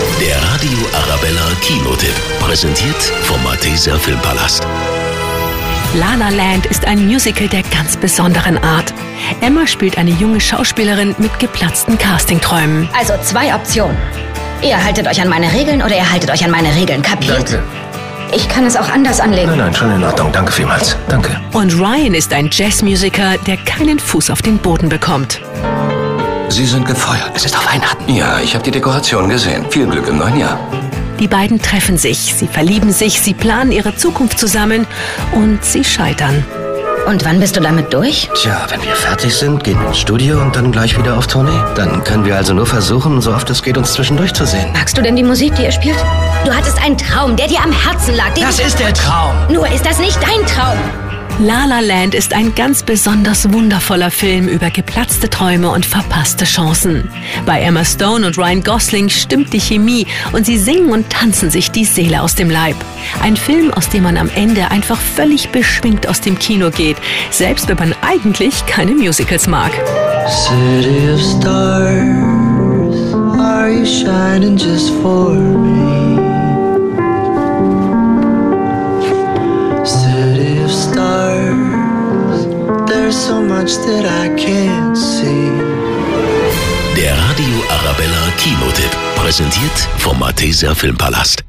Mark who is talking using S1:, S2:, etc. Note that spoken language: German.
S1: Radio Arabella Kinotipp. Präsentiert vom Malteser Filmpalast.
S2: La La Land ist ein Musical der ganz besonderen Art. Emma spielt eine junge Schauspielerin mit geplatzten Castingträumen.
S3: Also zwei Optionen. Ihr haltet euch an meine Regeln oder ihr haltet euch an meine Regeln, kapiert?
S4: Danke.
S3: Ich kann es auch anders anlegen.
S4: Nein, nein, schon in Ordnung. Danke vielmals. Danke.
S2: Und Ryan ist ein Jazzmusiker, der keinen Fuß auf den Boden bekommt.
S4: Sie sind gefeuert. Es ist doch Weihnachten. Ja, ich habe die Dekoration gesehen. Viel Glück im neuen Jahr.
S2: Die beiden treffen sich, sie verlieben sich, sie planen ihre Zukunft zusammen und sie scheitern.
S3: Und wann bist du damit durch?
S4: Tja, wenn wir fertig sind, gehen wir ins Studio und dann gleich wieder auf Tournee. Dann können wir also nur versuchen, so oft es geht, uns zwischendurch zu sehen.
S3: Magst du denn die Musik, die ihr spielt? Du hattest einen Traum, der dir am Herzen lag. Den
S4: Das ist der Traum.
S3: Nur ist das nicht dein Traum.
S2: La La Land ist ein ganz besonders wundervoller Film über geplatzte Träume und verpasste Chancen. Bei Emma Stone und Ryan Gosling stimmt die Chemie und sie singen und tanzen sich die Seele aus dem Leib. Ein Film, aus dem man am Ende einfach völlig beschwingt aus dem Kino geht, selbst wenn man eigentlich keine Musicals mag.
S5: City of stars, are you shining just for me? City of stars, there's so much that I can't see.
S1: Der Radio Arabella Kinotipp. Präsentiert vom Malteser Filmpalast.